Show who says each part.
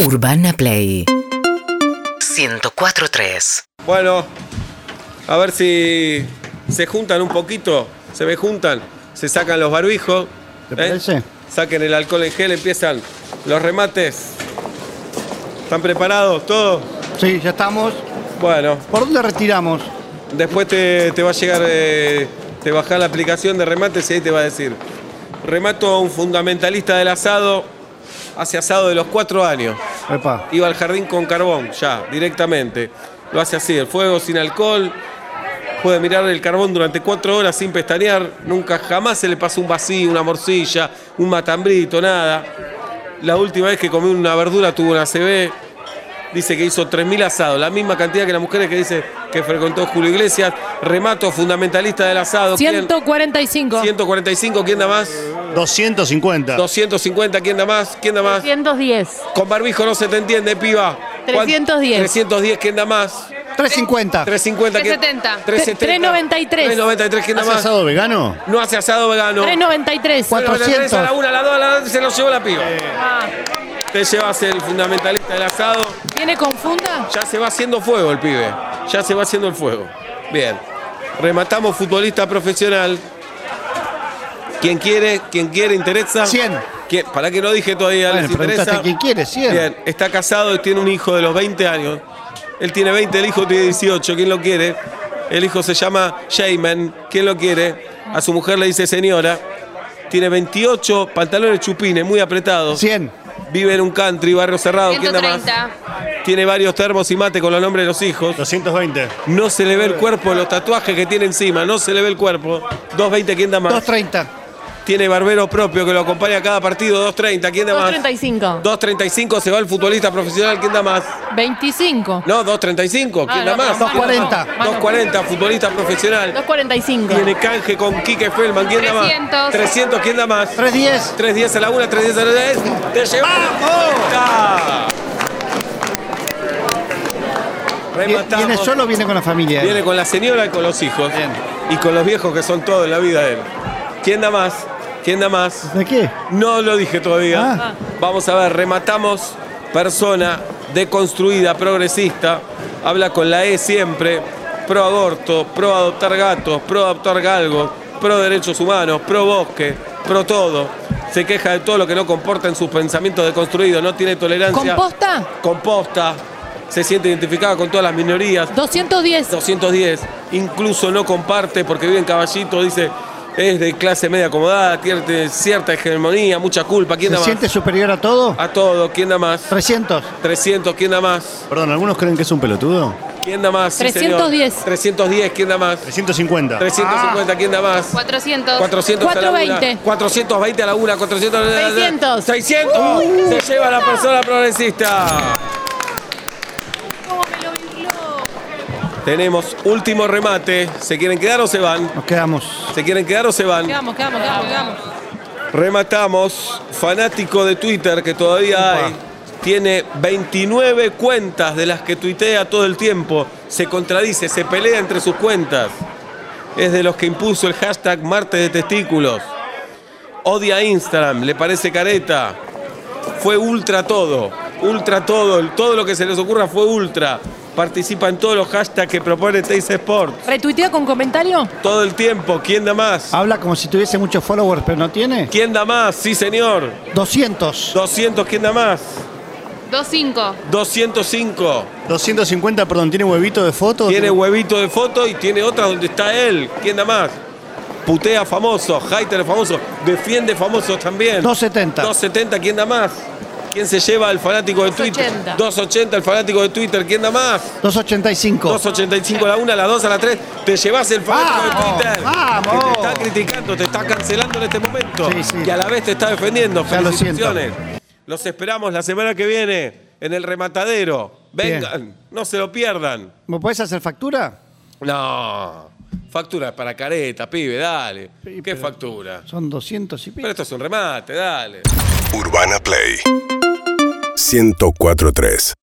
Speaker 1: Urbana Play 104.3
Speaker 2: Bueno, a ver si se juntan un poquito, se me juntan, se sacan los barbijos. ¿eh?
Speaker 3: ¿Te parece?
Speaker 4: ¿Eh?
Speaker 2: Saquen el alcohol en gel, empiezan los remates. ¿Están preparados todos?
Speaker 3: Sí, ya estamos.
Speaker 2: Bueno,
Speaker 3: ¿Por dónde retiramos?
Speaker 2: después te, te va a llegar, eh, te baja la aplicación de remates y ahí te va a decir. Remato a un fundamentalista del asado, hace asado de los cuatro años.
Speaker 3: Epa.
Speaker 2: Iba al jardín con carbón, ya, directamente. Lo hace así, el fuego sin alcohol. Puede mirar el carbón durante cuatro horas sin pestañear. Nunca, jamás se le pasó un vacío, una morcilla, un matambrito, nada. La última vez que comió una verdura tuvo una CB. Dice que hizo 3.000 asados, la misma cantidad que las mujeres que dice que frecuentó Julio Iglesias. Remato fundamentalista del asado. ¿Quién?
Speaker 5: 145.
Speaker 2: 145, ¿quién da más?
Speaker 4: 250.
Speaker 2: 250, ¿quién da más? ¿Quién da más?
Speaker 5: 310.
Speaker 2: Con barbijo no se te entiende, piba. ¿Cuán-
Speaker 5: 310.
Speaker 2: 310, ¿quién da más?
Speaker 3: 350.
Speaker 2: 350. ¿quién-
Speaker 5: 370.
Speaker 2: 373.
Speaker 5: 393.
Speaker 2: 393, ¿quién da
Speaker 4: ¿Has
Speaker 2: más?
Speaker 4: asado vegano?
Speaker 2: No hace asado vegano.
Speaker 5: 393.
Speaker 3: Cuatro.
Speaker 2: 393 a la 1,
Speaker 3: 400.
Speaker 2: a la 2, a la 3, se lo llevó la piba.
Speaker 5: Ah,
Speaker 2: Te llevas el fundamentalista del asado.
Speaker 5: ¿Viene con funda?
Speaker 2: Ya se va haciendo fuego el pibe. Ya se va haciendo el fuego. Bien. Rematamos futbolista profesional. Quien quiere, quien quiere, interesa.
Speaker 3: 100.
Speaker 2: ¿Quién? Para que no dije todavía,
Speaker 3: Bueno,
Speaker 2: les interesa.
Speaker 3: preguntaste quién quiere, 100.
Speaker 2: Bien, está casado y tiene un hijo de los 20 años. Él tiene 20, el hijo tiene 18. ¿Quién lo quiere? El hijo se llama Jamen. ¿Quién lo quiere? A su mujer le dice señora. Tiene 28 pantalones chupines, muy apretados.
Speaker 3: 100.
Speaker 2: Vive en un country, barrio cerrado. ¿Quién da más? Tiene varios termos y mate con los nombres de los hijos.
Speaker 4: 220.
Speaker 2: No se le ve el cuerpo, los tatuajes que tiene encima. No se le ve el cuerpo. 2.20, ¿quién da más?
Speaker 3: 230.
Speaker 2: Tiene barbero propio que lo acompaña a cada partido. 2.30, ¿quién da más?
Speaker 5: 235.
Speaker 2: 2.35 se va el futbolista profesional, ¿quién da más?
Speaker 5: 25.
Speaker 2: No, 2.35, ¿quién
Speaker 5: Ah,
Speaker 2: da
Speaker 5: no,
Speaker 2: más?
Speaker 5: no,
Speaker 3: más no, 2.40.
Speaker 5: más no.
Speaker 2: 2.40, futbolista profesional.
Speaker 5: 245.
Speaker 2: Tiene canje con Quique Feldman, ¿quién da más?
Speaker 6: 300.
Speaker 2: 300, ¿quién da más?
Speaker 3: 310.
Speaker 2: 3.10 a la 1, 3.10 a la 10. ¡Te llevamos! Rematamos.
Speaker 3: ¿Viene solo o viene con la familia?
Speaker 2: Viene con la señora y con los hijos.
Speaker 3: Bien.
Speaker 2: Y con los viejos que son todos en la vida de él. ¿Quién da más? ¿Quién da más?
Speaker 3: ¿De qué?
Speaker 2: No lo dije todavía.
Speaker 3: Ah.
Speaker 2: Vamos a ver, rematamos. Persona deconstruida, progresista. Habla con la E siempre. Pro aborto, pro adoptar gatos, pro adoptar galgos, pro derechos humanos, pro bosque, pro todo. Se queja de todo lo que no comporta en sus pensamientos deconstruidos. No tiene tolerancia.
Speaker 5: ¿Composta?
Speaker 2: Composta. Se siente identificada con todas las minorías.
Speaker 5: 210.
Speaker 2: 210. Incluso no comparte porque vive en Caballito, dice, es de clase media acomodada, tiene cierta hegemonía, mucha culpa. ¿Quién
Speaker 3: ¿Se
Speaker 2: da más?
Speaker 3: siente superior a
Speaker 4: Ah.
Speaker 3: todo?
Speaker 2: A todo, ¿quién da más?
Speaker 3: 300.
Speaker 2: 300, ¿quién da más?
Speaker 4: Perdón, ¿algunos creen que es un pelotudo?
Speaker 2: ¿Quién da más? Sí, señor.
Speaker 5: 310.
Speaker 2: 310, ¿quién da más?
Speaker 4: 350.
Speaker 2: 350, ¿quién da más?
Speaker 6: 400.
Speaker 2: 400 a la
Speaker 5: 420.
Speaker 2: una. 420 a la 1, 400 a la
Speaker 5: 600.
Speaker 2: 600. Se lleva la persona progresista. Tenemos último remate. ¿Se quieren quedar o se van?
Speaker 3: Nos quedamos.
Speaker 2: ¿Se quieren quedar o se van?
Speaker 5: Quedamos, quedamos, quedamos, quedamos.
Speaker 2: Rematamos, fanático de Twitter que todavía hay. Tiene 29 cuentas de las que tuitea todo el tiempo. Se contradice, se pelea entre sus cuentas. Es de los que impuso el hashtag Martes de Testículos. Odia Instagram, le parece careta. Fue ultra todo. Ultra todo. el- Todo lo que se les ocurra fue ultra. Participa en todos los hashtags que propone Teis Sport.
Speaker 5: ¿Retuitea con comentario?
Speaker 2: Todo el tiempo. ¿Quién da más?
Speaker 3: Habla como si tuviese muchos followers, pero no tiene.
Speaker 2: ¿Quién da más? Sí, señor.
Speaker 3: 200.
Speaker 2: 200, ¿quién da más?
Speaker 6: 25.
Speaker 2: 205.
Speaker 4: 250, perdón, ¿tiene huevito de foto?
Speaker 2: Tiene huevito de foto y tiene otra donde está él. ¿Quién da más? Putea famoso, hater famoso, defiende famosos también.
Speaker 3: 270.
Speaker 2: 270, ¿quién da más? ¿Quién se lleva al fanático de Twitter?
Speaker 5: 280.
Speaker 2: 280, el fanático de Twitter, ¿quién da más?
Speaker 3: 285.
Speaker 2: 285 a la 1, a la 2, a la 3. Te llevas el fanático
Speaker 3: ¡Vamos!
Speaker 2: de Twitter.
Speaker 3: ¡Vamos!
Speaker 2: Que te está criticando, te está cancelando en este momento.
Speaker 3: Sí, sí.
Speaker 2: Y a la vez te está defendiendo.
Speaker 3: Ya lo siento.
Speaker 2: Felicitaciones. Los esperamos la semana que viene en el rematadero.
Speaker 3: Bien.
Speaker 2: Vengan, no se lo pierdan.
Speaker 3: ¿Me puedes hacer factura?
Speaker 2: No. Factura para careta, pibe, dale. ¿Qué factura?
Speaker 3: Son 200 y pico.
Speaker 2: Pero esto es un remate, dale.
Speaker 7: Urbana Play 1043